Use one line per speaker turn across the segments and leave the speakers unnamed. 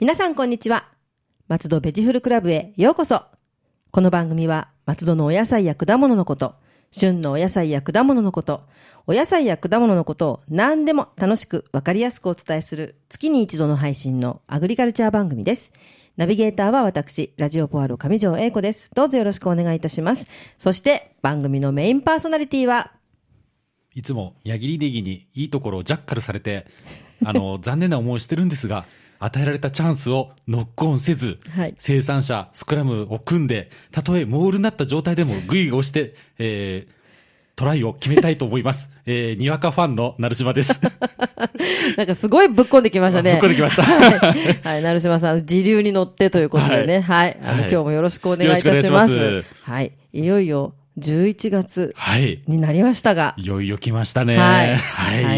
皆さんこんにちは。松戸ベジフルクラブへようこそ。この番組は松戸のお野菜や果物のこと、旬のお野菜や果物のこと、お野菜や果物のことを何でも楽しくわかりやすくお伝えする月に一度の配信のアグリカルチャー番組です。ナビゲーターは私、ラジオポアロ上条英子です。どうぞよろしくお願いいたします。そして番組のメインパーソナリティは、
いつも矢切ネギにいいところをジャッカルされて、 あの、残念な思いをしてるんですが、与えられたチャンスをノックオンせず、
はい
生産者、スクラムを組んで、たとえモールになった状態でもグイグイ押して、えートライを決めたいと思います。えーにわかファンの成島です。
なんかすごいぶっこんできましたね。
ぶっこんできました
はい、はい、成島さん、時流に乗ってということでね。はい。あの
はい
今日もよろしくお願いいたします。
よろしくお願いし
はい。いよいよ11月
はい。
になりましたが、
いよいよ来ましたね。
はい
はい。
は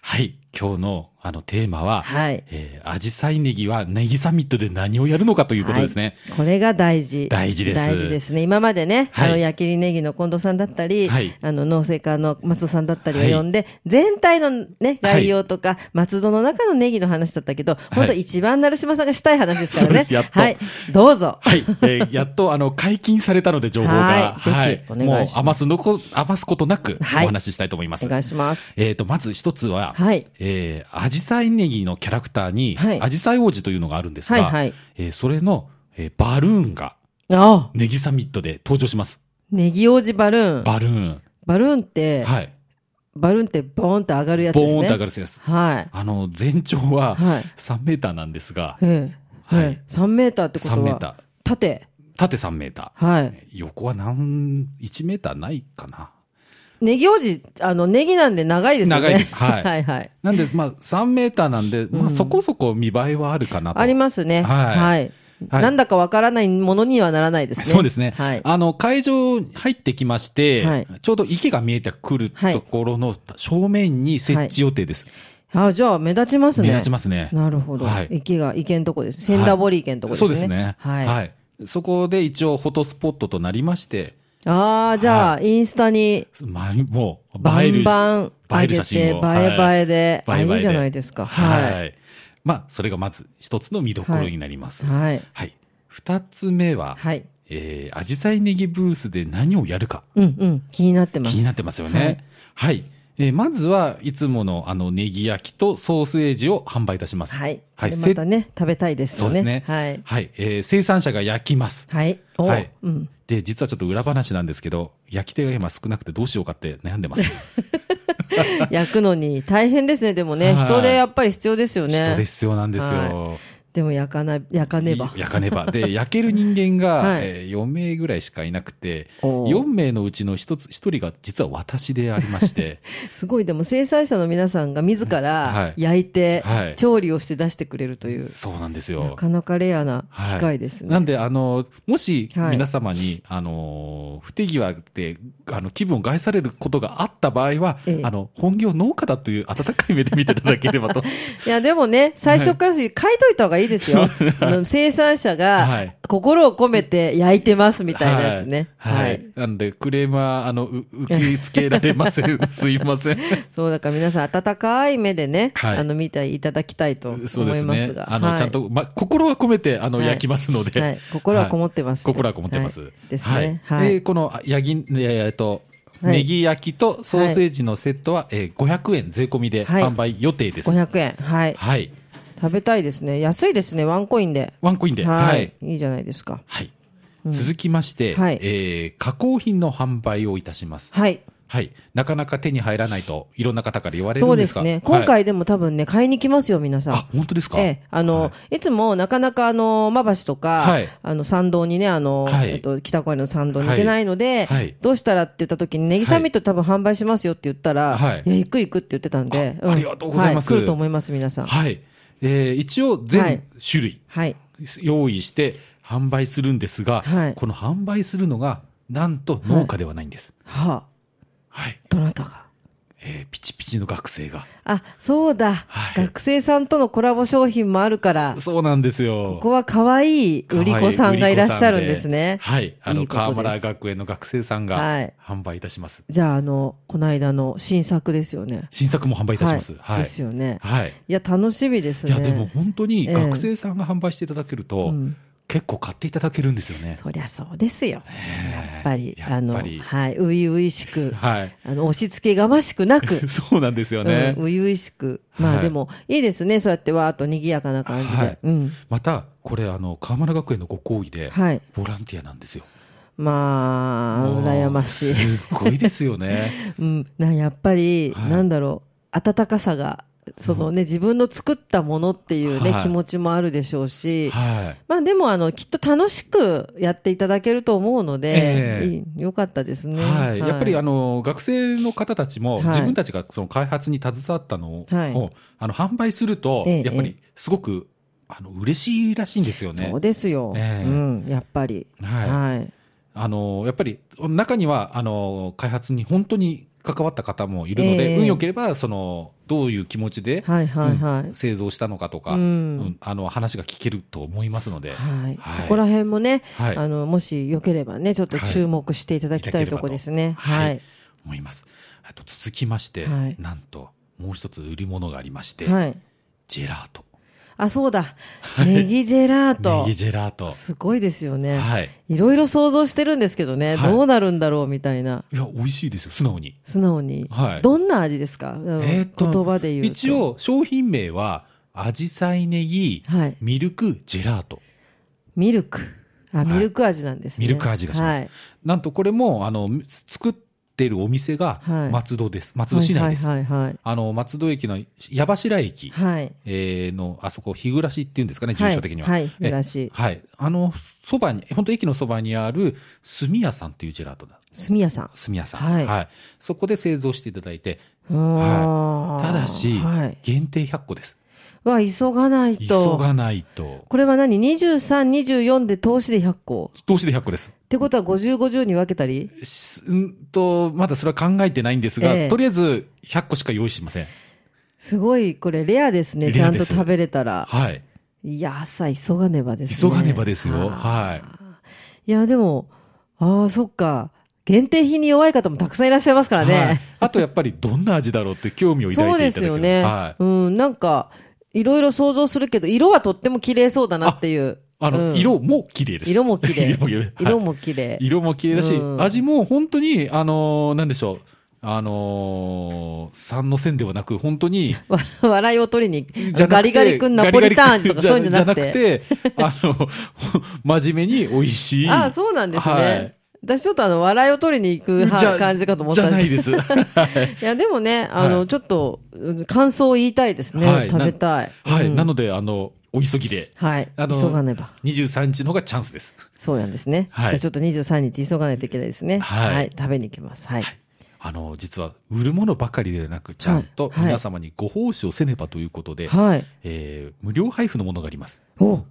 はいい。今日の、あの、テーマは、
はい
えー、アジサイネギはネギサミットで何をやるのかということですね。
はいこれが大事。
大事です
大事ですね。今までね、
はい
あの、焼きりネギの近藤さんだったり、
はい
あの、農政課の松戸さんだったり
はい
を呼んで、全体のね、概要とか、松戸の中のネギの話だったけど、本当一番成島さんがしたい話ですから
そう
ね。
ですやっと
はい。どうぞ。
はい、えーやっとあの解禁されたので情報が、
はいぜひお願いし
もう
ます
余すのこ余すことなくお
はい
話ししたいと思います。
お願いします。
えっ、とまず一つは、
はい
えー、アジサイネギのキャラクターに、
はい
アジサイ王子というのがあるんですが、
はいはい
えーそれの、えーバルーンが
ああ、
ネギサミットで登場します。
ネギ王子バルーン。
バルーン、
バルーンって、
はい、
バルーンってボーンって上がるやつ
ボ
ですね。
ーンと上がるやつ。
はい。
あの全長は
はい
3メーターなんですが、
ええ。
はい
ええ3メーターってことは。
3メーター
縦。
縦3メーター、
はい。
横は何1メーターないかな。
ネギ王子、あの、ネギなんで長いですよね。
長 いですは
はい
い
はいはい
なんで、まあ、3メーターなんで、まあ、そこそこ見栄えはあるかなと。
ありますね。
はい
はい。
はい
なんだかわからないものにはならないですね。
そうですね。
はい。
あの、会場入ってきまして、
はい
ちょうど池が見えてくる
はい
ところの正面に設置予定です。
あ、じゃあ目立ちますね。
目立ちますね。
なるほど。
はい
池が、池のとこです。センダーボリー池のとこです
そ
ね。
うですね。
はい。
はい。そこで一応フォトスポットとなりまして、
ああ、じゃあ、インスタに
まあ、もう、
バ
映える
ンバン
映
上
える
げ
写
て、映え
真を。
映えで。
は
あ、いいじゃないですか。
はい。
はい。
まあ、それがまず一つの見どころになります。はい。
はい。
二、つ目は、
はい。
えー、アジサイネギブースで何をやるか
うんうん。気になってます。
気になってますよね。はい。えーまずはいつものあのネギ焼きとソーセージを販売いたします。
はい。
はい。
で
せ
またね、食べたいです
そ
よ
うです
ね
ね。。
はい。
はい。えー生産者が焼きます。
はい。お
はい
うん。
で、実はちょっと裏話なんですけど、焼き手が今少なくてどうしようかって悩ん でます。
焼くのに大変ですね。でもね、
はい
人でやっぱり必要ですよね。
人で必要なんですよ。
はでも焼かな、焼かねば。
焼かねば。で、焼ける人間が、
はい
え4名ぐらいしかいなくて、
おー
4名のうちの1つ、1人が実は私でありま して、
すごい、でも生産者の皆さんが自
は
ら
い
焼いて
はい、
調理をして出してくれるという、
そうなんですよ。
なかなかレアな機会ですね。
なんで、あの、もし
はい
皆様に、あの、不手際で、あの、気分を害されることがあった場合は、
ええ
あの、本業農家だという温かい目で見ていただければと。
いや、でもね、最初から書いといた方がいいですよ。あの生産者
は
が
い
心を込めて焼いてます みたいなやつね。
はい。は
はいい。
なんで、クレームは、あの、う受け付けられません。 すいません。
そう、だから皆さん温かい目でね、
はい
あの、見ていただきたいと思
そうで
い
す
ます
ね。
が。
あの、
はい
ちゃんと、ま、心は込めて、あの、
はい
焼きますので。
はい心はこもってます
はい心はこもってます。
はいですね
はい
はい
で、この、ヤギ、えーえっと、
はい
ネギ焼きとソーセージのセットは、えー500円税込みで
はい
販売予定です。
500円。はい。
はい。
食べたいですね。安いですね。ワンコインで。
ワンコインで。
は
はいい。。
いいじゃないですか。
はい。続きまして、
はい
えー加工品の販売をいたします。
はい。
はい。なかなか手に入らないと、いろんな方から言われる
そうん
で
ですす
が。
ね。
はい
今、回でも多分ね、買いに来ますよ、皆さん
あ。、本当ですか
ええ、あの、、
はい
つもなかなかあの、まばしとか、
はい
あの、参道にね、あの、
はい
えっと、北小屋の参道に行けないので、
はいはい
どうしたらって言った時に、ネギサミット多分販売しますよって言ったら、
はい
いや、行く行くって言ってたんで、
あありがとうございます
は来ると思います、皆さん。
はい。えー一応、
はい
全種類、
はい。
用意して販売するんですが、
はい
この販売するのが、なんと農家ではないんです。
はあ、
はい。
どなたが。
えーピチピチちの学生が。
あ、そうだ、
はい
学生さんとのコラボ商品もあるから、
そうなんですよ。
ここは可愛い売り子さんがいらっしゃるんですね。
はい。あ
い
の、
いことです
川村学園の学生さん
は
が
い
販売いたします。
じゃあ、あの、この間の新作ですよね。
新作も販売いたします。
は。
はいい
で。すよね。
はい。
いや、楽しみです
い
ね。
や、でも、本当に
ええ
学生さんが販売していただける
う
と、
ん、
結構買っていただけるんですよね。
そりゃそうですよ。
ねえ
やっぱり、
や
あ
っ
の、
ぱ
はい、
り
初々しく、
は
あの、押し付けがましくなく、
い。 そうなんですよね。
うん、初々しく。まあ
はい
でも、い、いですね。そうやってわーっと賑やかな感じで。
はい
うん。
また、これ、あの、川村学園のご講義で、
はい。
ボランティアなんですよ。
まあ、
もう
羨ましい。
すっごいですよね。
うん。な、やっぱり、
はい
なんだろう。温かさが、そのね、自分の作ったものっていうね、
はい
気持ちもあるでしょうし、
はい。
まあでも、あの、きっと楽しくやっていただけると思うので、
ええ
いいよかったですね。
はい、やっぱりあ
の、
の学生の方たちも、
はい
自分たちがその開発に携わったのを、
はい
あの販売すると、
ええ
やっぱりすごくあの嬉しいらしいんですよね。
そうですよ。
え
う
え
ん、やっぱり。
はい
はい。
あのやっぱり中にはあの開発に本当に関わった方もいるの
え
で、
え
運よければそのどういう気持ちで、
はいはいはい
うん製造したのかとか、
うん
うんあの話が聞けると思いますので、
はい、
は
そ
い
こら辺もね、
はい
あのもしよければね、ちょっと注目していただきたいとこですね。は
はいい、思います。あと続きまして、
はい
なんともう一つ売り物がありまして、
はい、
ジェラート。
あそうだ、ネギジェラート
ネギ、ジェラート。
すごいですよね、
はい。
い、ろいろ想像してるんですけどね、
はい
どうなるんだろうみたいな、
いや、美味しいですよ、素直に。
素直に、
はい
どんな味ですか、あの
えーっと
言葉で言うと。
一、応、商品名は、アジサイネギ、
はい、
ミルクジェラート。
ミルク、あ
い
ミルク味なんですね、
ミルク味がします。
はい
なんと、これも、あの、作ってるお店が
はい、
松戸です。松戸市内です。
はいはいはい
あの、松戸駅の矢柱駅、
はい、はい
えーの、あそこ、日暮らしっていうんですかね、住所的には。
はい、
え
らしい、
はい。あの、そばに、本当駅のそばにある、炭屋さんっていうジェラートだ。
炭屋さん。
炭屋さん。
はい
そこで製造していただいて、
は
ただし、
はい、
限定100個です。
は急がない
急
と。
がないと。
これは何 ?23、24で投資で100個。
投資で100個です。
ってことは50、50に分けたり
しうんと、まだそれは考えてないんですが、
ええ
とりあえず100個しか用意してません。
すごい、これレアですね。ち
レ
ゃ
ア
ん
で
と
す
食べれたら。
はい。
いや、朝急がねばですね。
急がねばですよ
あー。
はい
いや、でも、ああ、そっか。限定品に弱い方もたくさんいらっしゃいますから
はい
ね。
あとやっぱりどんな味だろうって興味を抱い
そう
て
で
いた
す
だけ
よ
る
ね。
はい。
うん、なんか、いろいろ想像するけど、色はとっても綺麗そうだなっていう。
あの、
うん
色も綺麗です。
色も綺麗。
色も綺麗。はい
色も綺麗。
色も綺麗だし、
うん
味も本当に、あのーなんでしょう。あのー三の線ではなく、本当に、
わ笑いを取りに、
じゃなくて
ガリガリ君ナポリタン味とか
ガ
そうい
リ
うんじ
ガ
ゃ
リ
なく
君
て。
じゃなくて、あの、 真面目に美味しい。
ああ、そうなんですね。
はい
私ちょっとあの、笑いを取りに行く
じゃ
は感じかと思ったん
じゃ
で
な
す
い
け
です。は い
ど。いや、でもね、あの、
はい
ちょっと、うん感想を言いたいですね。
はい
食べたい。
はい。
うん
なので、あの、お急ぎで。
はい。
あの
急がねば。
23日の方がチャンスです。
そうなんですね。
はい
じゃあちょっと23日急がないといけないですね。
はい
食べに行きます。はい。
あの、実は、売るものばかりでなく、ちゃんと
はい
皆様にご奉仕をせねばということで、
はい。
えー無料配布のものがあります。
お
はい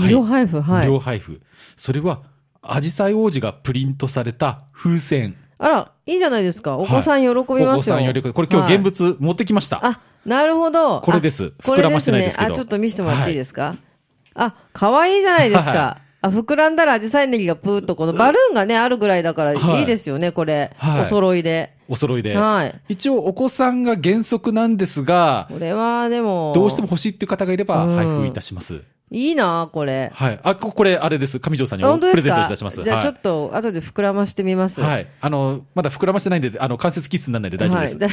無料配布、はい。
無料配布。それは、アジサイ王子がプリントされた風船。
あら、いいじゃないですか。お子さん喜びますよ。
お子さんよりこれ今日現物持ってきました。
あ、なるほど。
これです
あこれ
膨らましてないですけど
ねあ、ちょっと見せてもらっていいですか、あ、可愛いじゃないですか。
は
あ、膨らんだらアジサイネギがプーっと、このバルーンがね、あるぐらいだから、
はい
いいですよね、これ。
はい
お揃いで。
お揃いで。
はい。
一応、お子さんが原則なんですが、
これは、でも。
どうしても。欲しいっていう方がいれば
うん
配布いたします。
いいな、これ。
はい。あ、ここれ、あれです。上条さんに
あ本
おプ
当で
レ
す
ゼントい
か
たします。
じゃあ
はい
ちょっと、後で膨らましてみます。
はい。あの、まだ膨らましてないんで、あの、関節キスにならないんで大丈夫です。
はい、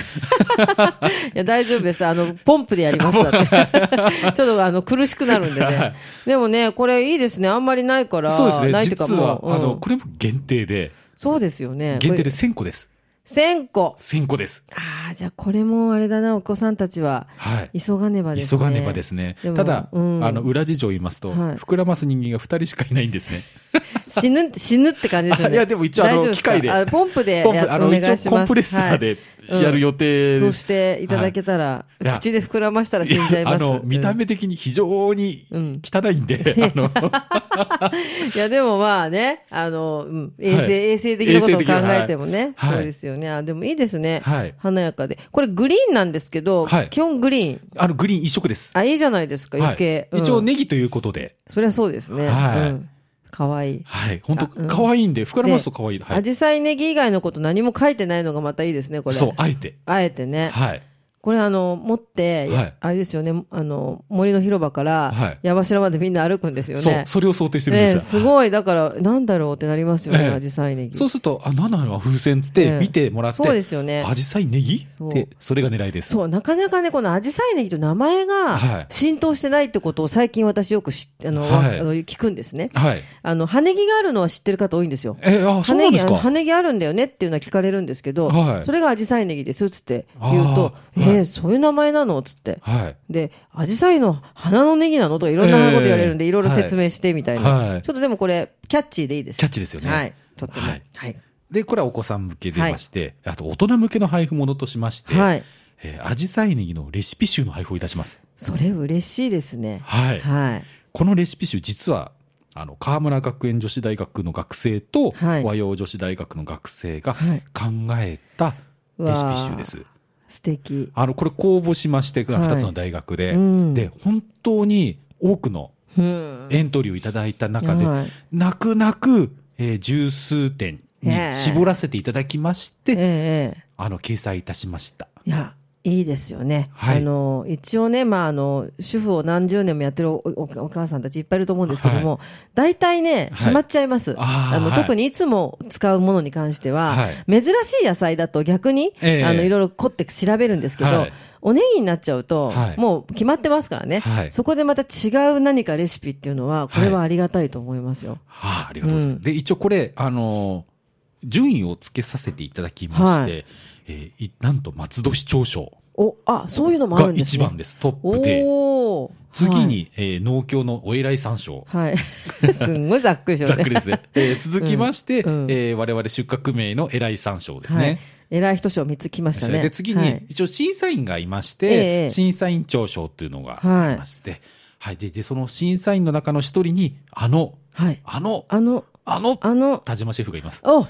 い や大丈夫です。あの、ポンプでやりますだって。 ちょっとあの、苦しくなるんで
はい
ね。でもね、これいいですね。あんまりないから。
そうですね。
ないっていうか
実は、
もううん
あの、これも限定で、
そうですよね。
限
こ
定
れ
で1000個です。
1000個。
1000個です。
ああ、じゃあこれもあれだな、お子さんたちは。
はい。
急がねばですね。
急がねばですね。
でも
ただ、
うん
あの、裏事情を言いますと、
はい
膨らます人間が2人しかいないんですね。
死ぬ、死ぬって感じですよね。
いやでも一応あの
大丈夫すか
機械で
あポンプでやっ
ポン
て
プ
お
あの、
願いしま
一
す。
応コンプレッサーで、
うん
やる予定
そう
です。
していただけたら、
いいや
口で膨らましたら死んじゃいます。
やあの、見た
うん
目的に非常に
うん
汚い んで、あの、
いや、でもまあね、あの、うん、衛生、
はい
衛生的なことを考
衛生的な
えてもね、
はい
そうですよね。あ、でもいいですね。
はい
華やかで。これグリーンなんですけど、
はい
基本グリーン。
あの、グリーン一色です。
あ、いいじゃないですか、余計。
は
う
い、
ん
一応。ネギということで、
そりゃそうですね。
はい
うん。かわいい。
はい、本当
あうん
可愛いんで、膨らますと可愛い。はい。
紫陽花ネギ以外のこと何も書いてないのがまたいいですね、これ。
そう、あえて。
あえてね。
はい。
これあの、持って、
はい
あれですよね、あの、森の広場から、
はい
山城までみんな歩くんですよね。
そう、それを想定してるん
ね
です
え
よ。
すごい、だから、なんだろうってなりますよね、
ええ
紫陽花ネギ。
そうすると、あ、なんなの風船つって
ええ
見てもらって、
そうですよね
アジサイネギ
そう
って、それが狙いです。
そう、なかなかね、このアジサイネギと名前
は
が
い
浸透してないってことを最近私よく知って、あの、
はい
わあの聞くんですね。
はい。
あの、羽ネギがあるのは知ってる方多いんですよ。
えあ、そうなん
羽ネギ
です
あの羽
か。
ネギあるんだよねっていうのは聞かれるんですけど、
はい
それがアジサイネギですっつって言うと、
あ
え
ー
ー
は
そういう名前なのっつって。
はい。
で、アジサイの花のネギなのとかいろんなこと言われるんで、
ええ
いろいろ説明してみたいな、
はい
ちょっとでもこれ、キャッチーでいいです。
キャッチーですよね
はい。とっても。は
はいい。
はい。
で、これはお子さん向けでまして、あと大人向けの配布ものとしまして、えー、アジサイネギのレシピ集の配布をいたします。
それ嬉しいですね。
はい。
はい。
このレシピ集、実は、あの、河村学園女子大学の学生と、
はい
和洋女子大学の学生が考
はい
えたレシピ集です。
素敵。
あの、これ公募しまして、
はい
2つの大学で、
うん
で、本当に多くの
うん。
エントリーをいただいた中で、
はい
泣く泣く、えー十数点に絞らせていただきまして、
ええええ
あの、掲載いたしました。
いや、いいですよね。
はい
あの、一応ね、まあ、あの、主婦を何十年もやってるおおお母さんたちいっぱいいると思うんですけども、大体ね、
い
決まっちゃいます。
あー
あの、
はい
特にいつも使うものに関しては、
はい
珍しい野菜だと逆に、
ええ
あの、いろいろ凝って調べるんですけど、
はい
おネギになっちゃうと、
はい
もう決まってますからね、
はい
そこでまた違う何かレシピっていうのは、これはありがたいと思いますよ。
はあ、ありがとうございます。で、一応これ、あのー順位をつけさせていただきまして、
は
えーいなんと松戸市長賞
お、あ、そういうのもある
が
んです
一
ね。
番です、トップで。
おー
次に、えー農協のお偉いさん賞。
はい。はい。 すんごいざっくりし
ざ
よ
っくりですね。えー続きまして、
うんうん
えー我々出荷名の偉いさん賞です
はい
ね。。
偉い人賞3つ来ましたね。
で、次に、
はい
一応審査員がいまし
ええ
て、審査員長賞っていうのがありまして、はい、で、で、その審査員の中の一人に、あの、
はい。
あの、
あの、
あの、
あの、
田島シェフがいます。
お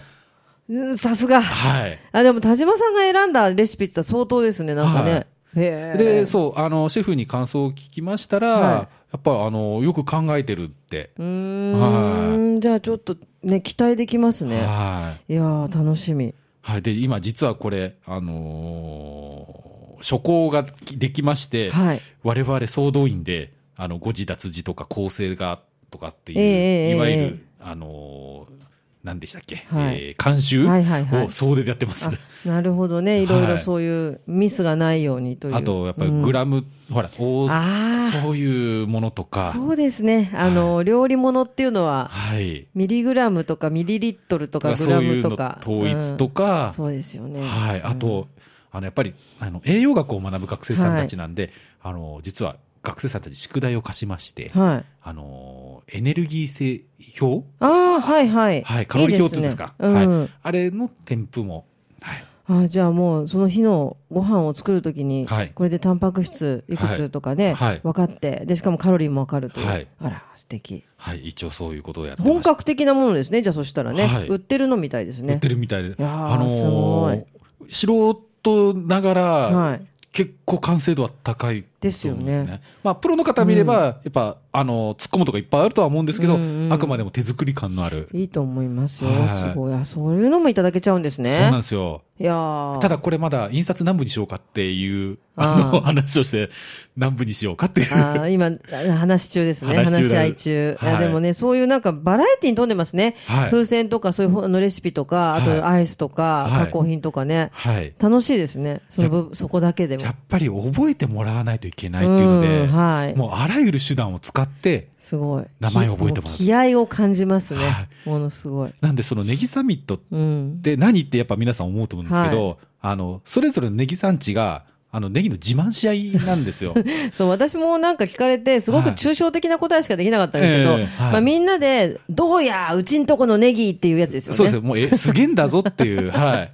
うんさすが。
はい。
あ、でも田島さんが選んだレシピって言ったら相当ですね、なんかね。
はい
へえ。
で、そう、あの、シェフに感想を聞きましたら、
はい
やっぱ、あの、よく考えてるって。
うーん。じゃあちょっとね、期待できますね。
はい。
いやー、楽しみ。
はい。で、今、実はこれ、あのー、初行ができまして、
はい。
我々総動員で、あの、誤字脱字とか構成が、とかっていう、
ええええ
いわゆる、
え
あのー、何でしたっけ、
はい
えー監修
はいはいはい
を総出でやってます。
あ、なるほどね。いろいろ
はい
そういうミスがないようにという。
あと、やっぱりグ
ラ
ラム、ほら、お
あー
そういうものとか、
そうですね。あの、料理物っていうのは、
はい。
ミリグラムとかミリリットルとかグラムとか。
そういうの統一と
か。
か、
そうですよね。
はい、あと、あのやっぱりあの栄養学を学ぶ学生さんたちなんで、あの実は学生さんたち宿題を課しまして、
はい。
あのエネルギー性表、
ああ、はいはい。
はい、カロリー表っていうんですか
いいですねうん
はい、あれの添付も、はい、
ああじゃあもう、その日のご飯を作るときに、
はい
これでタンパク質いくつとかね、
はいはい
分かって、で、しかもカロリーも分かるという。
はい
あら、素敵。
はい、一応そういうことをやってま
本
した
格的なものですね、じゃあそしたらね。
はい
売ってるのみたいです
売っ
ね。
てるみたいで、
やー
あ
すごい
素人ながら、
はい。
結構完成度は高い
ですよね
と思うんまあ、プロの方見れば、やっぱ、あの、突っ込むとかいっぱいあるとは思うんですけど、
うんうん
あくまでも手作り感のある。
いいと思いますよ。
はい
すごい。あ、そういうのもいただけちゃうんですね。
そうなんですよ。
いやー
ただこれまだ印刷何部にしようかっていう、
あ
あ
ー
の、話をして、何部にしようかっていう。
あー今、あ話し中ですね。
話し中
話
だ
し合い中。いや
はい
でもね、そういうなんかバラエティに富んでますね。
はい
風船とか、そういうあのレシピとか、あ
はい
とアイスとか、
はい
加工品とかね。
はい。
楽しいですね。その部そこだけでも
や。っぱり覚えてもらわないといけないっていうので、
うんはい
もうあらゆる手段を使って、
すごい。
名前覚えてもらう
きう気合を感じますね
は。
ものすごい。
なんでそのネギサミットっ
うん。
で、何ってやっぱ皆さん思うと思うんですけど、あの、それぞれのネギ産地が、あの、ネギの自慢試合なんですよ。
そう、私もなんか聞かれて、すごく
はい
抽象的な答えしかできなかったんですけど、
ええはい
まあみんなで、どうや、うちんとこのネギっていうやつですよね。
そうですよ。もう、え、すげえんだぞっていう、 はい。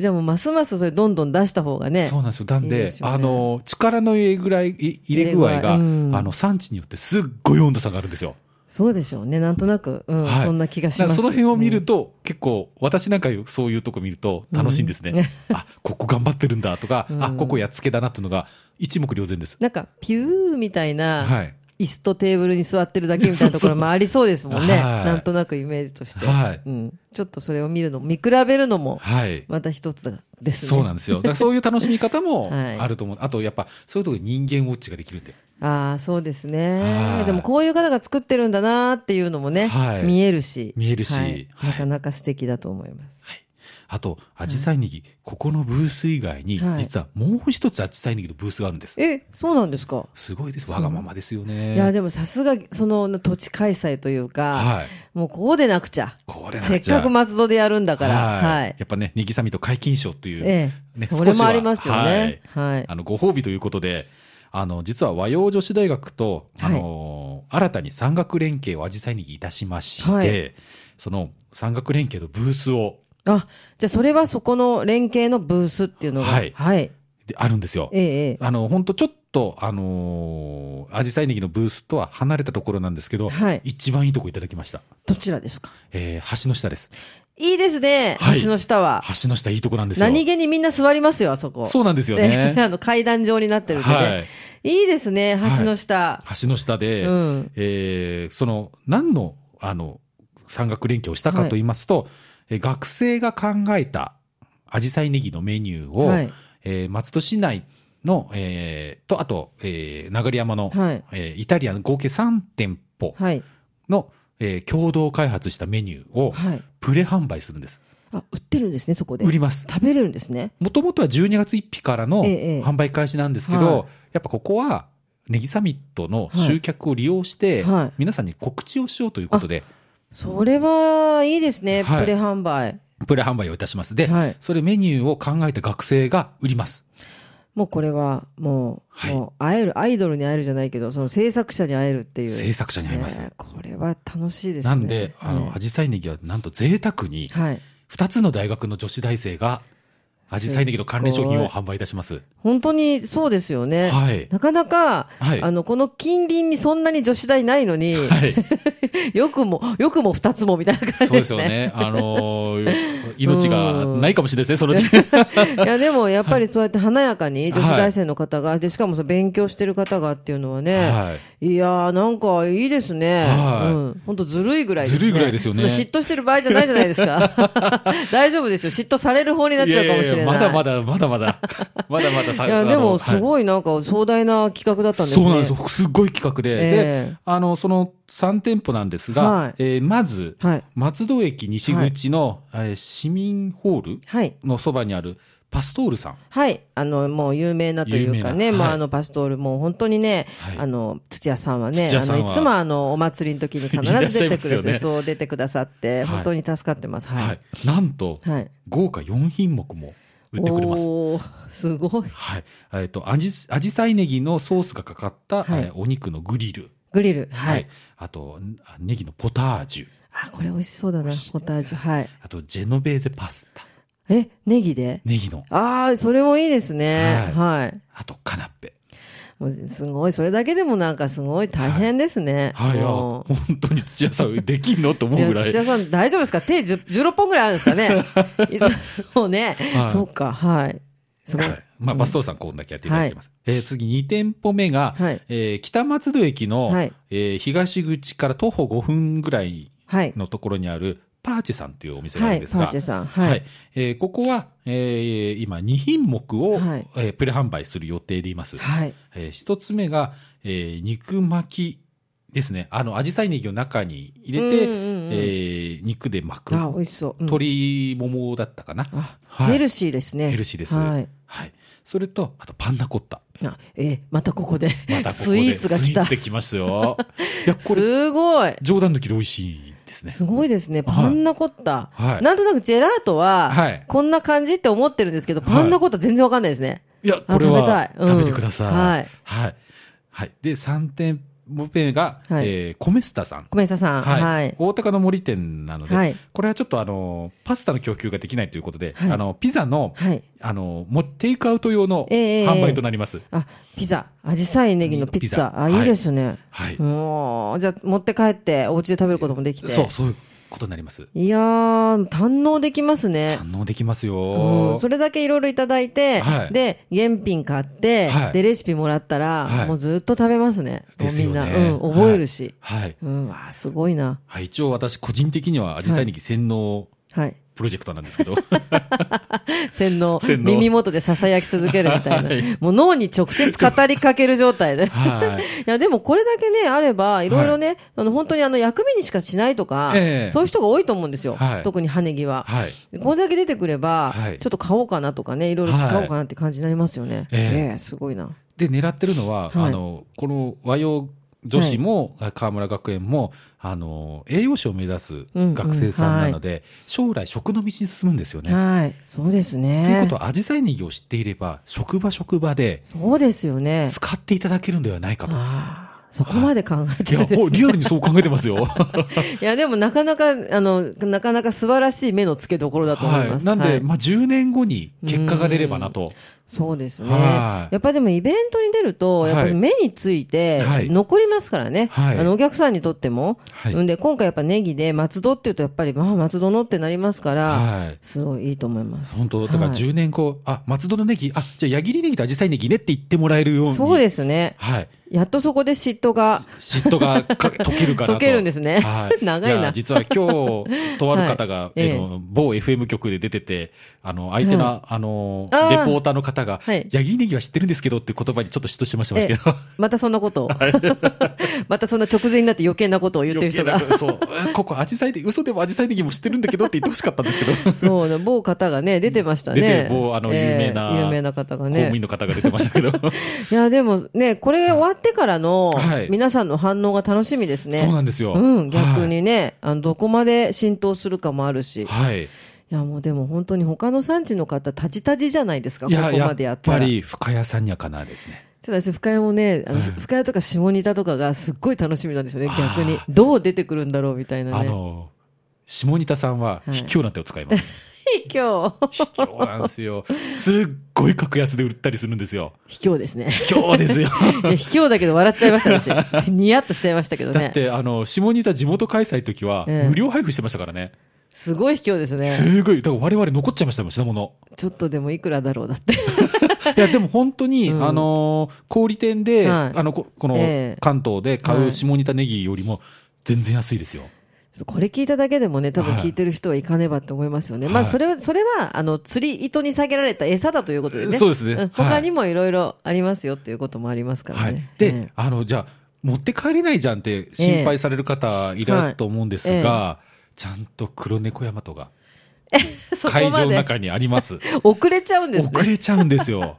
じゃあもうますますそれどんどん出した方がね。
そうなんですよ。なんで、
いいですよね
あの、力の入れぐらい、い入れ具
入れ
合が、
具合うん
あの、産地によってすっごい温度差があるんですよ。
そうでしょうね。なんとなく、うん、
はい
そんな気がし
だ
ま
か
す。
らその辺を見ると、結構、私なんかよそういうとこ見ると楽しいんですね。 あ、ここ頑張ってるんだとか、
うん
あ、ここやっつけだなっていうのが一目瞭然です。
なんか、ピューみたいな、
はい。
椅子とテーブルに座ってるだけみたいなところもありそうですもんね。
そうそうはい
なんとなくイメージとして、
はい
うん。ちょっとそれを見るの、見比べるのも、
はい。
また一つですね。
そうなんですよ。だからそういう楽しみ方も
はい
あると思う。あと、やっぱ、そういうとこで人間ウォッチができるんで。
ああ、そうですね
は。い
でもこういう方が作ってるんだなーっていうのもね、
はい
見えるし。
見えるし
はい
はい
なかなか素敵だと思います。
あと、アジサイネギ、ここのブース以外に、
はい
実はもう一つアジサイネギのブースがあるんです。
え、そうなんですか
すごいです。わがままですよね。
いや、でもさすが、その土地開催というか、
はい。
もうここでなくちゃ。
これな
せっ
ちゃ
かく松戸でやるんだから。
はい
はい。
やっぱね、ネギサミと解禁賞という、
ええ。
ね
それ
少し
も
は
ありますよね。はい。
あの、ご褒美ということで、あの、実は和洋女子大学と、あのー新たに山岳連携をアジサイネギいたしまして、
はい
その山岳連携のブースを、
あ、じゃあそれはそこの連携のブースっていうのが。
はい
はい。
であるんですよ。
ええ、ええ。
あの、本当ちょっと、あのー、アジサイネギのブースとは離れたところなんですけど、
はい
一番いいとこいただきました。
どちらですか
えー橋の下です。
いいですね。
はい
橋の下は。
橋の下いいとこなんですよ。
何気にみんな座りますよ、あそこ。
そうなんですよ
で
ね。
あの階段状になってるんでね。
はい
い、いですね、橋の下。
橋の下で、
うん
えーその、何の、あの、山岳連携をしたかと言いますと、えー学生が考えたアジサイネギのメニューを、
はい
えー松戸市内の、えーと、あと、えー流山の、
はい
えーイタリアン合計3店舗
はい。
の、えー共同開発したメニューを
はい。
プレ販売するんです。
あ、売ってるんですね、そこで。
売ります。
食べれるんですね。
もともとは12月1日からの
ええ
販売開始なんですけど、
はい
やっぱここは、ネギサミットの集客を利用して、
はいはい
皆さんに告知をしようということで、
それはいいですね、
はい
プレ販売。
プレ販売をいたします。で、
はい
それメニューを考えた学生が売ります。
もうこれは、もう、
はい
もう会える、アイドルに会えるじゃないけど、その制作者に会えるっていう。
制作者に会います。
ねこれは楽しいですね。
なんで、あの、
は
ア
い
ジサイネギはなんと贅沢に、
はい。
2つの大学の女子大生が、アジサイネギの関連商品を販売いたします。
本当にそうですよね。
はい
なかなか、
はい
あの、この近隣にそんなに女子大ないのに、
はい。
よくも、よくも二つもみたい な感じ
そう
で
ですすよ
ね。
ね。あのー命がないかもしれないですね、そのう ち。
いや、でもやっぱりそうやって華やかに女子大生の方が、で、しかもその勉強してる方がっていうのはね、い、やー、なんかいいですね。
はい
うん。本当ずるいぐらいですね。
ずるいぐらいですよね
その嫉妬してる場合じゃないじゃないです か。大丈夫ですよ。嫉妬される方になっちゃうかもしれない。
やややまだまだ、まだまだ。まだまださ
いや、でもす
い
ごいなんか壮大な企画だったんですね。
そうなんですよ。すっごい企画で。
ええ
で、あの、その3店舗なんですが、
はい
えーまず、
はい
松戸駅西口の、あれ市民ホール
はい。
のそばにあるパストールさん。
はい。あの、もう有名なというかね、
有名な
まあ、
はい
あの、パストール、もう本当にね、
はい
あの、土屋さんはね、
土屋
あ
さん
の、
はい
つもあの、お祭りの時に必
いらっ
ず
しゃ
出て
いま
く
す
る
よね
そう出てくださって、
い
本当に助かってます。
はい。
はい。
なんと、
はい。
豪華4品目も売ってくれます。
おーすごい。
はい。えっ、と、アジス、アジサイネギのソースがかかった、
はい
えーお肉のグリル。
グリル。はい。
あと、ネギのポタージュ。
あ、これ美味しそうだな、
しい
ポタージュ。はい。
あと、ジェノベーゼパスタ。
え、ネギで
ネギの。
ああ、それもいいですね。はい。
あと、カナッペ。
もうすごい、それだけでもなんかすごい大変ですね。
はい、いや
も
本
う
当に土屋さん、できんのと思
いう
ぐ
や、
らい。
土屋さん大丈夫ですか手10 16本ぐらいあるんですか ねいつもうね、
はい
そうか、はい。すごい。
はいまあ、バストーさん、こんだけやっていただいてます。えー次、2店舗目が、
はい
えー北松戸駅の、
はい
えー東口から徒歩5分ぐらい
はい。
のところにある、パーチェさんというお店があ
は
るん
い、
です
パ
が、
ーチェさん。はい。
えーここは、えー今、2品目を、
はい
えープレ販売する予定でいます。
はい。
えー一つ目が、えー肉巻きですね。あの、アジサイネギを中に入れて、
うんうんうん
えー肉で巻く。
あ、美味しそう。うん
鶏ももだったかな。
あ、
はい
ヘルシーですね。
ヘルシーです。
はい。
はいそれと、あとパンナコッタ。
あえ、またここで、
またここで
スイーツが来た
スイーツ。できまし たよ。いや、これ、
すごい。
冗談抜きで美味しいですね。
すごいですね。
はい
パンナコッタ。
はい
なんとなくジェラートは、
はい
こんな感じって思ってるんですけど、パンナコッタ全然わかんないですね。
いや、
あ
これは
食べたいうん
食べてください。
はい
はい。はい。で、3店目が、
はい
えーコメスタさん。
コメンサさん。はい。
大高の森店なので、
はい
これはちょっとあの、パスタの供給ができないということで、
はい
あの、ピザの、
はい。
あの、もテイクアウト用の
ええ
販売となります。
あ、ピザ。アジサイネギのピッ
ピ
ツァ。
ザ
あ、
はい
いいですね。
はい。
もう、じゃあ持って帰って、お家で食べることもできて。
そう、そういうことになります。
いやー、堪能できますね。
堪能できます
う
よ
ん、。それだけいろいろいただいて、
はい
で、原品買って、
はい
で、レシピもらったら、
はい
もうずっと食べますね。もう
です
み
よ
んな、
ね
うん、覚えるし。
はい。
うん、わあ、すごいな。
はい、一応私個人的には、アジサイネギ洗脳
はい。
プロジェクトなんです けど、
洗脳、
洗脳
耳元で囁き続けるみたいな。
はい
もう脳に直接語りかける状態で。い
はい。
や、でもこれだけね、あれば、いろいろね、あの、本当にあの、薬味にしかしないとか、
ええ
そういう人が多いと思うんですよ。
はい
特に羽ネギは。
はい。
これだけ出てくれば、
はい
ちょっと買おうかなとかね、いろいろ使おうかなって感じになりますよね。
ええ
えすごいな。
で、狙ってるの
はい
は、あの、この和洋女子も、川村学園も、あの、栄養士を目指す学生さんなので、将来食の道に進むんですよね。
はい。そうですね。
ということは、アジサイネギを知っていれば、職場職場で
そうですよね。
使っていただけるんではないかと。
ああ、そこまで考え
い
ちゃ
や、
うんで
もう
すね。
リアルにそう考えてますよ。
いや、でもなかなか、あの、なかなか素晴らしい目の付けどころ だと思い
は
ま
い。
す。
なんで、
はい
まあ、10年後に結果が出ればなと。
そうですね。
は
や
い
っぱりでもイベントに出ると、やっぱり
はい
目について
はい
残りますからね。
はい
あの、お客さんにとっても。
はい
うんで、今回やっぱネギで、松戸っていうとやっぱり、まあ、松戸のってなりますから、
はい。
すごいいいと思います。
本当だから
はい
10年後、あ、松戸のネギ、あ、じゃあ、矢切ネギとアジサイネギねって言ってもらえるように。
そうですね。
はい。
やっとそこで嫉妬が、
嫉妬 がか解けるかなと。
解けるんですね
は い、
長いな
や実は今日、とある方が、
はいええ
あの某 FM 局で出てて、あの、相手の、あの、
あー
レポーターの方が、
はい
ヤギネギは知ってるんですけどっていう言葉にちょっと嫉妬してましたけど。
またそんなことを。 またそんな直前になって余計なことを言ってる人が。
余計なそう。 あここ、アジサイで、嘘でもアジサイネギも知ってるんだけどって言ってほしかったんですけ ど。
そうね、某方がね、出てましたね。
出て某あの
ええ
有名な
有名な方が
公務員
ね。
の方が出てましたけど。
いや、でもね、これ終わってからの
はい、
皆さんの反応が楽しみです ね。
そうなんですよ。
うん、逆にね、あの、どこまで浸透するかもあるし。い
はい。はい。
や、もうでも本当に他の産地の方、たじたじじゃないですか、ここ
や
までや
っ
った
ぱ
ら。ちょっ
り、深谷さんにはかなわですね。
と私、深谷もね、あの、
うん
深谷とか下仁田とかがすっごい楽しみなんですよね、逆に
あ。
どう出てくるんだろうみたいな
あ
ね。
の、下仁田さんは、
はい
卑怯な手を使います。
卑怯。
卑怯なんですよ。すっごい格安で売ったりするんですよ。
卑怯ですね。
卑怯ですよ。
いや卑怯だけど笑っちゃいましたし、 私ニヤッとしちゃいましたけど
だ
ね
っ。て、あの、下仁田地元開催の時は、
ええ
無料配布してましたからね。
すごい卑怯ですね。
すごい。だから我々残っちゃいましたもん、品物。
ちょっとでもいくらだろうだって。
いや、でも本当に、
うん
あのー、小売店で、
はい
あの、ここの
ええ、
関東で買
は
う
い
下仁田ネギよりも、全然安いですよ。
これ聞いただけでもね、多分
はい
聞いてる人はいかねばって思いますよね。
はい
まあ、それは、それは、あの、釣り糸に下げられた餌だということでね。
そうですね
ん
はい
他にもいろいろありますよっていうこともありますから
は
ね。
い。で、
ええ
あの、じゃあ、持って帰れないじゃんって心配される方い
ええ
ると思うんですが、ちゃんと黒猫大和が
そこ
会
ま
場の
で
中にあ ります。
遅れちゃうんです
遅
ね。
れちゃうんで すよ。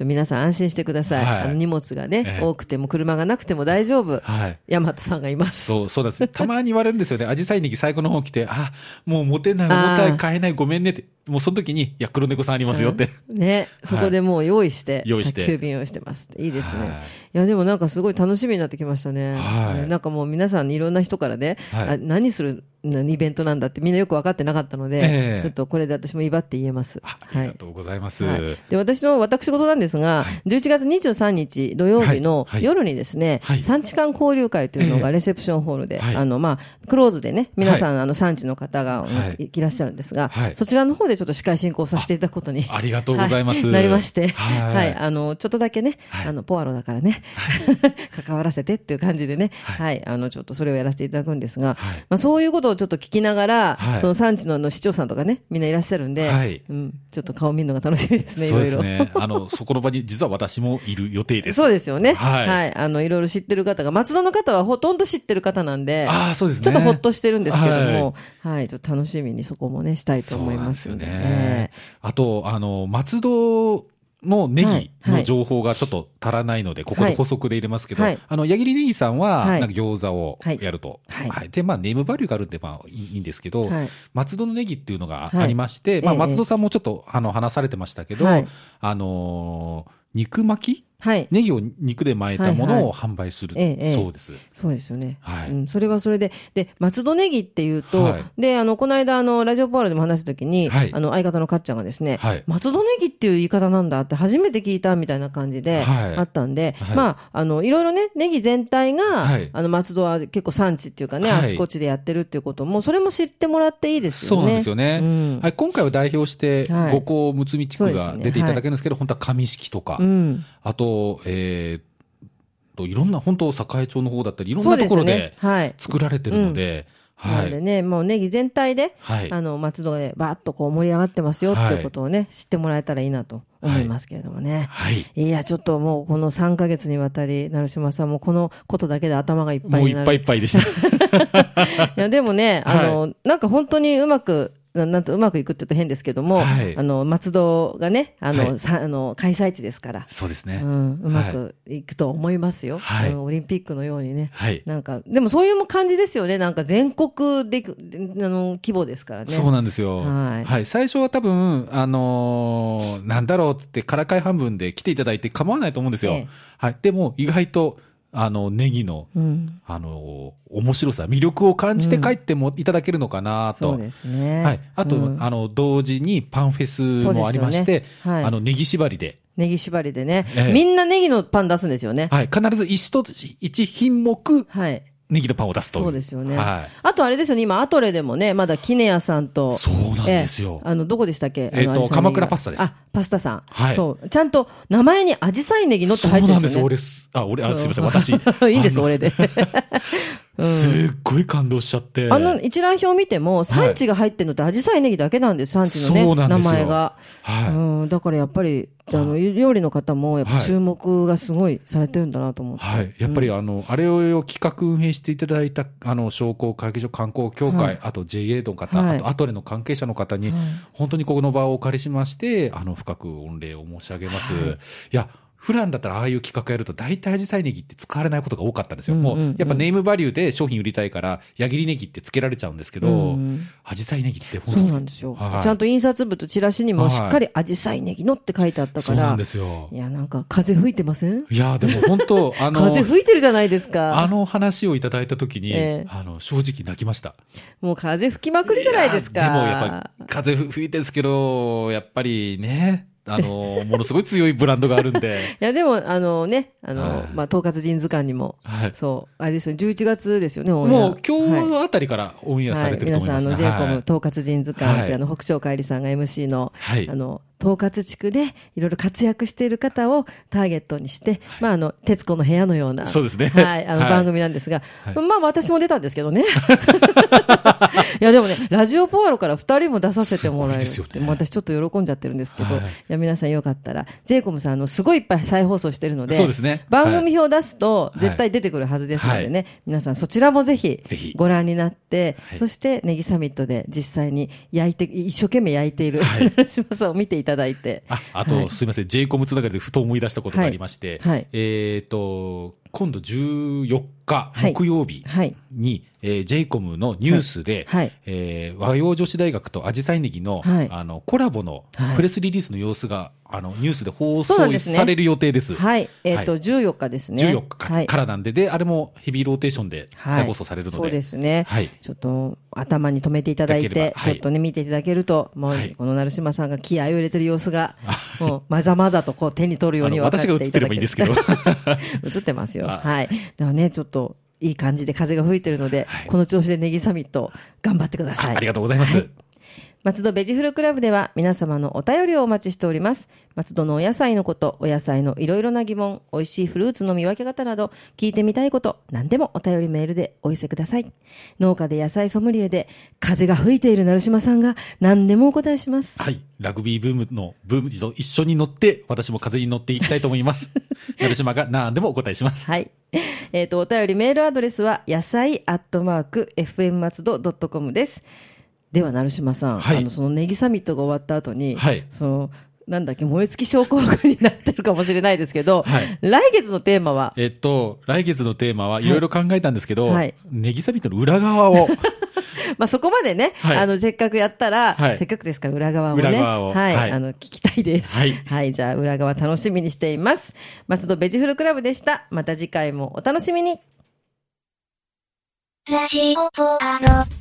皆さん安心してください。
はい
あの荷物がね、
ええ
多くても車がなくても大丈夫。
はい。
ヤマトさんがいます。
そう、そうなんです。たまに言われるんですよね。アジサイネギ最後の方来て、あ、もう持てない、重た
あー
い、買えない、ごめんねって。もうその時に、いや、黒猫さんありますよって。
ね、そこでもう用意して、
用意して
宅急便用意してます。いいですね。
はい
い、や、でもなんかすごい楽しみになってきましたね。
はい
ねなんかもう皆さんいろんな人からね、
はい
あ何するなイベントなんだってみんなよく分かってなかったので、
ええ
ちょっとこれで私も威張って言えます。
あありがとうございます。
はい、で私の私事なんですが、11月23日土曜日の
はいはい
夜にですね、
はい
産地間交流会というの
え
が
え
レセプションホールで、
はい
あのまあ、クローズでね、皆さん、あの産地の方が、
はい
い、いらっしゃるんですが、
はい
そちらの方でちょっと司会進行させていただくことに。
ありがとうございます。
はなりまして、は、
はいい。
あの、ちょっとだけね、
はい
あの、ポアロだからね、 関わらせてっていう感じでね、はい、あの、ちょっとそれをやらせていただくんですが、
はい
まあ、そういうことをちょっと聞きながら、
はい
その産地のあの市長さんとかね、みんないらっしゃるんで、
はい
うん、ちょっと顔見るのが楽しみですね、い
そう
ろ
で
い
す
ろ。
ね。あの、そこの場に実は私もいる予定です。
そうですよね。
はい
あの、いろいろ知ってる方が、松戸の方はほとんど知ってる方なんで、
ああ、そうですね。
ちょっとほっとしてるんですけども、はい、ちょっと楽しみにそこもね、したいと
そう
思い
なん
ま
ですすよ
んで
ね。あと、あの、松戸のネ
はい
ギ
は
の
い
情報がちょっと足らないので、ここ
は
で
い
補足で入れますけど、
はい
あの、矢切ネギさんは、
は
ないんか餃子を
はい
やると。
はい
で、まあ、ネームバリューがあるんで、まあ、いいんですけど、
はい
松戸のネギっていうの
は
が
い
ありまして、まあ、
ええ
松戸さんもちょっと、あの、話されてましたけど、
はい
あのー肉巻き
はい。
ネギを肉で巻いたも
はいは
の
い
を販売する、
ええええ
そうです。
そうですよね。
はい
うん、それはそれで。で、松戸ネギっていうと、
はい
で、あの、この間、あの、ラジオポールでも話したときに、
はい
あの、相方のかっちゃんがですね、
はい
松戸ネギっていう言い方なんだって初めて聞いたみたいな感じで、
はい
あったんで、
はい
まあ、あの、いろいろね、ネギ全体が、
はい
あの、松戸は結構産地っていうかね、
はい
あちこちでやってるっていうことも、それも知ってもらっていいですよ
そ
ね。
うなんですよね。
うん
はい、今回は代表して、
はい
五甲むつみ地区
そうです
が
ね
出ていただけるんですけど、本当は上式とか、
うん。
あと、えー、と、いろんな、本当、栄町の方だったり、いろん
そう
な
で
と
す
こ
よ
ろ
ね
で。
はい。
作られてるので、は
なんで
い。
ね、もうネギ全体で、
はい。
あの松戸がねバーッとこう盛り上がってますよっていうことをね、知ってもらえたらいいなと思いますけれどもね。
はい。
いや、ちょっともうこの3ヶ月にわたり、成島さんもこのことだけで頭がいっぱい
もう
に
いっ
な
ぱい
る。
いっぱいでした。
いや、でもね、あの、
は
なんか本当にうまく、ななんとうまくいくって言うと変ですけども、
はい
あの、松戸がね、あの、
はい
さあの、開催地ですから、
そうです
う
ね。
ん、うまくいくと思いますよ。
はい
あのオリンピックのようにね。
はい。
なんか、でもそういうも感じですよね。なんか全国で、であの、規模ですからね。
そうなんですよ。
はい
最初は多分、あのーなんだろうっつって、からかい半分で来ていただいて構わないと思うんですよ。
ええ
はい。でも、意外と、あの、ネギの、
うん。
あのー面白さ、魅力を感じて帰ってもいただけるのかなと。
そうですね。
はい。あと、
うん
あの、同時にパンフェスもありまし
そうで
て、
すよねはい
あの、ネギ縛りで、
ネギ縛りでね、
ええ
みんなネギのパン出すんですよね。
はい。必ず一と、一品目、
はい。
ネギのパンを出すという。
そうですよね。
はい。
あとあれですよね、今、アトレでもね、まだキネヤさんと、
そうなんですよ。
ええあの、どこでしたっけ
えっと
あのあれさん
鎌倉パスタです
あ、パスタさん。
はい
そう。ちゃんと、名前にアジサイネギのって
そ
入っ
う
て
な
る
ん
んで
で
す
す
よ、
よ。
ね。
俺す、あ、俺、あ、すみません、私。
いいんです、
あの
俺で。
すっごい感動しちゃって。
あの、一覧表見ても、産地が入ってるのってアジサイネギだけなんです、産地のね、
そうなんで
名
すよ
前が。
は
うん、だからやっぱり、じゃあ、あの、料理の方も、やっぱ注目がすごいされてるんだなと思っ
い。
て。
はい。やっぱり、あの、あれを企画運営していただいた、あの、商工会議所観光協会、
はい
あと JA の方、
はい
あとアトレの関係者の方に、
はい
本当にこの場をお借りしまして、あの、深く御礼を申し上げます。
はい
い、や、普段だったらああいう企画やると大体アジサイネギって使われないことが多かったんですよ。
うんうんうん
もう、やっぱネームバリューで商品売りたいから、矢切ネギって付けられちゃうんですけど、
うん
アジサイネギって本
そ
当
う
に
なんですよ、
はい
ちゃんと印刷物、チラシにもしっかりアジサイネギのって書いてあったか
そう
ら、
なんですよ
い。や、なんか風吹いてません
いや、でも本当、あ の、
風吹いてるじゃないです
あ
か。
の話をいただいたときに、
ええ
あの、正直泣きました。
もう風吹きまくりじゃないですか。
やでもやっぱり、風吹いてるんですけど、やっぱりね、あの、ものすごい強いブランドがあるんで、
いや、でも、あのね、あの、
はい
まあ、統括人図鑑にも、
はい。
そう、あれですよ、11月ですよね、オンエア
もう今
はい
日あたりからオンエアさ
は
れ
い、
てると
皆
思い
さん、
ま
あ
すね。
の、JCOM 統括人図鑑って、
はい
あの、北昇海里さんが MC の、
はい
あの、統括地区で、いろいろ活躍している方をターゲットにして、まあ、あの、徹子の部屋のような、
そうですね
はい、あの、
はい
番組なんですが、
はい
まあ、私も出たんですけど ね。いや、でもね、ラジオポアロから二人も出させてもらえるって。
すごいですよね
もう私ちょっと喜んじゃってるんですけど、
はい
い、や、皆さんよかったら、JCOM さん、あの、すごいいっぱい再放送してるので、
そうですね
番組表出すと、
い
絶対出てくるはずですのでね、皆さんそちらもぜひ
ぜひ、
ご覧になって、
はい
そしてネギサミットで実際に焼いて、一生懸命焼いている、
はい
成島さんを見ていただいて。
あ、あ
は
と、
い
すみません、JCOM つながりでふと思い出したことがありまして、
はいはい
えっ、と、今度14日、
はい
木曜日
はい。
に、えー、JCOM のニュースで、
はいはい
えー和洋女子大学とアジサイネギの、
はい
あの、コラボの
はい
プレスリリースの様子が、あの、ニュースで放
そうなん
送
ですね
される予定です。
はい。えっ、と、
はい
14日ですね。
14日か,、
はい
らなんで、で、あれもヘビーローテーションで
はい
再放送されるので。
そうですね。
はい
ちょっと頭に留めていただい
いただけ
て
れ、ば
ち
は
ょ
い
っとね、見ていただけると、も
は
う
い、
この成島さんが気合を入れてる様子が、 もう、まざまざとこう手に取るよう
あ
に
の
分か
私が
っ
映
てい
ったて
だけ
ればいいん
る
ですけど。
映ってますよ。
あ
はい。ではね、ちょっと、いい感じで風が吹いてるので、
はい
この調子でネギサミット、頑張ってください。
ありがとうございます。
松戸ベジフルクラブでは皆様のお便りをお待ちしております。松戸のお野菜のこと、お野菜のいろいろな疑問、美味しいフルーツの見分け方など、聞いてみたいこと、何でもお便りメールでお寄せください。農家で野菜ソムリエで、風が吹いている成島さんが何でもお答えします。
はい。ラグビーブームのブームと一緒に乗って、私も風に乗っていきたいと思 います。成島が何でもお答えします。
はい。えっ、と、お便りメールアドレスは、野菜アットマーク、fm 松戸 .com です。では、成島さん、
はい
あの、そのネギサミットが終わった後に、
はい
その、なんだっけ、燃え尽き症候群になってるかもしれないですけど、
はい
来月のテーマは、
えっと、来月のテーマはいろいろ考えたんですけど、
はい
ネギサビットの裏側を、
まあ、そこまでね、
はい
あの、せっかくやったら、
はい
せっかくですから裏側をね、
裏側を
はい、
はい
あの、聞きたいです。
はい
じゃあ、裏側楽しみにしています。松戸ベジフルクラブでした。また次回もお楽しみに。
ラジオポアド。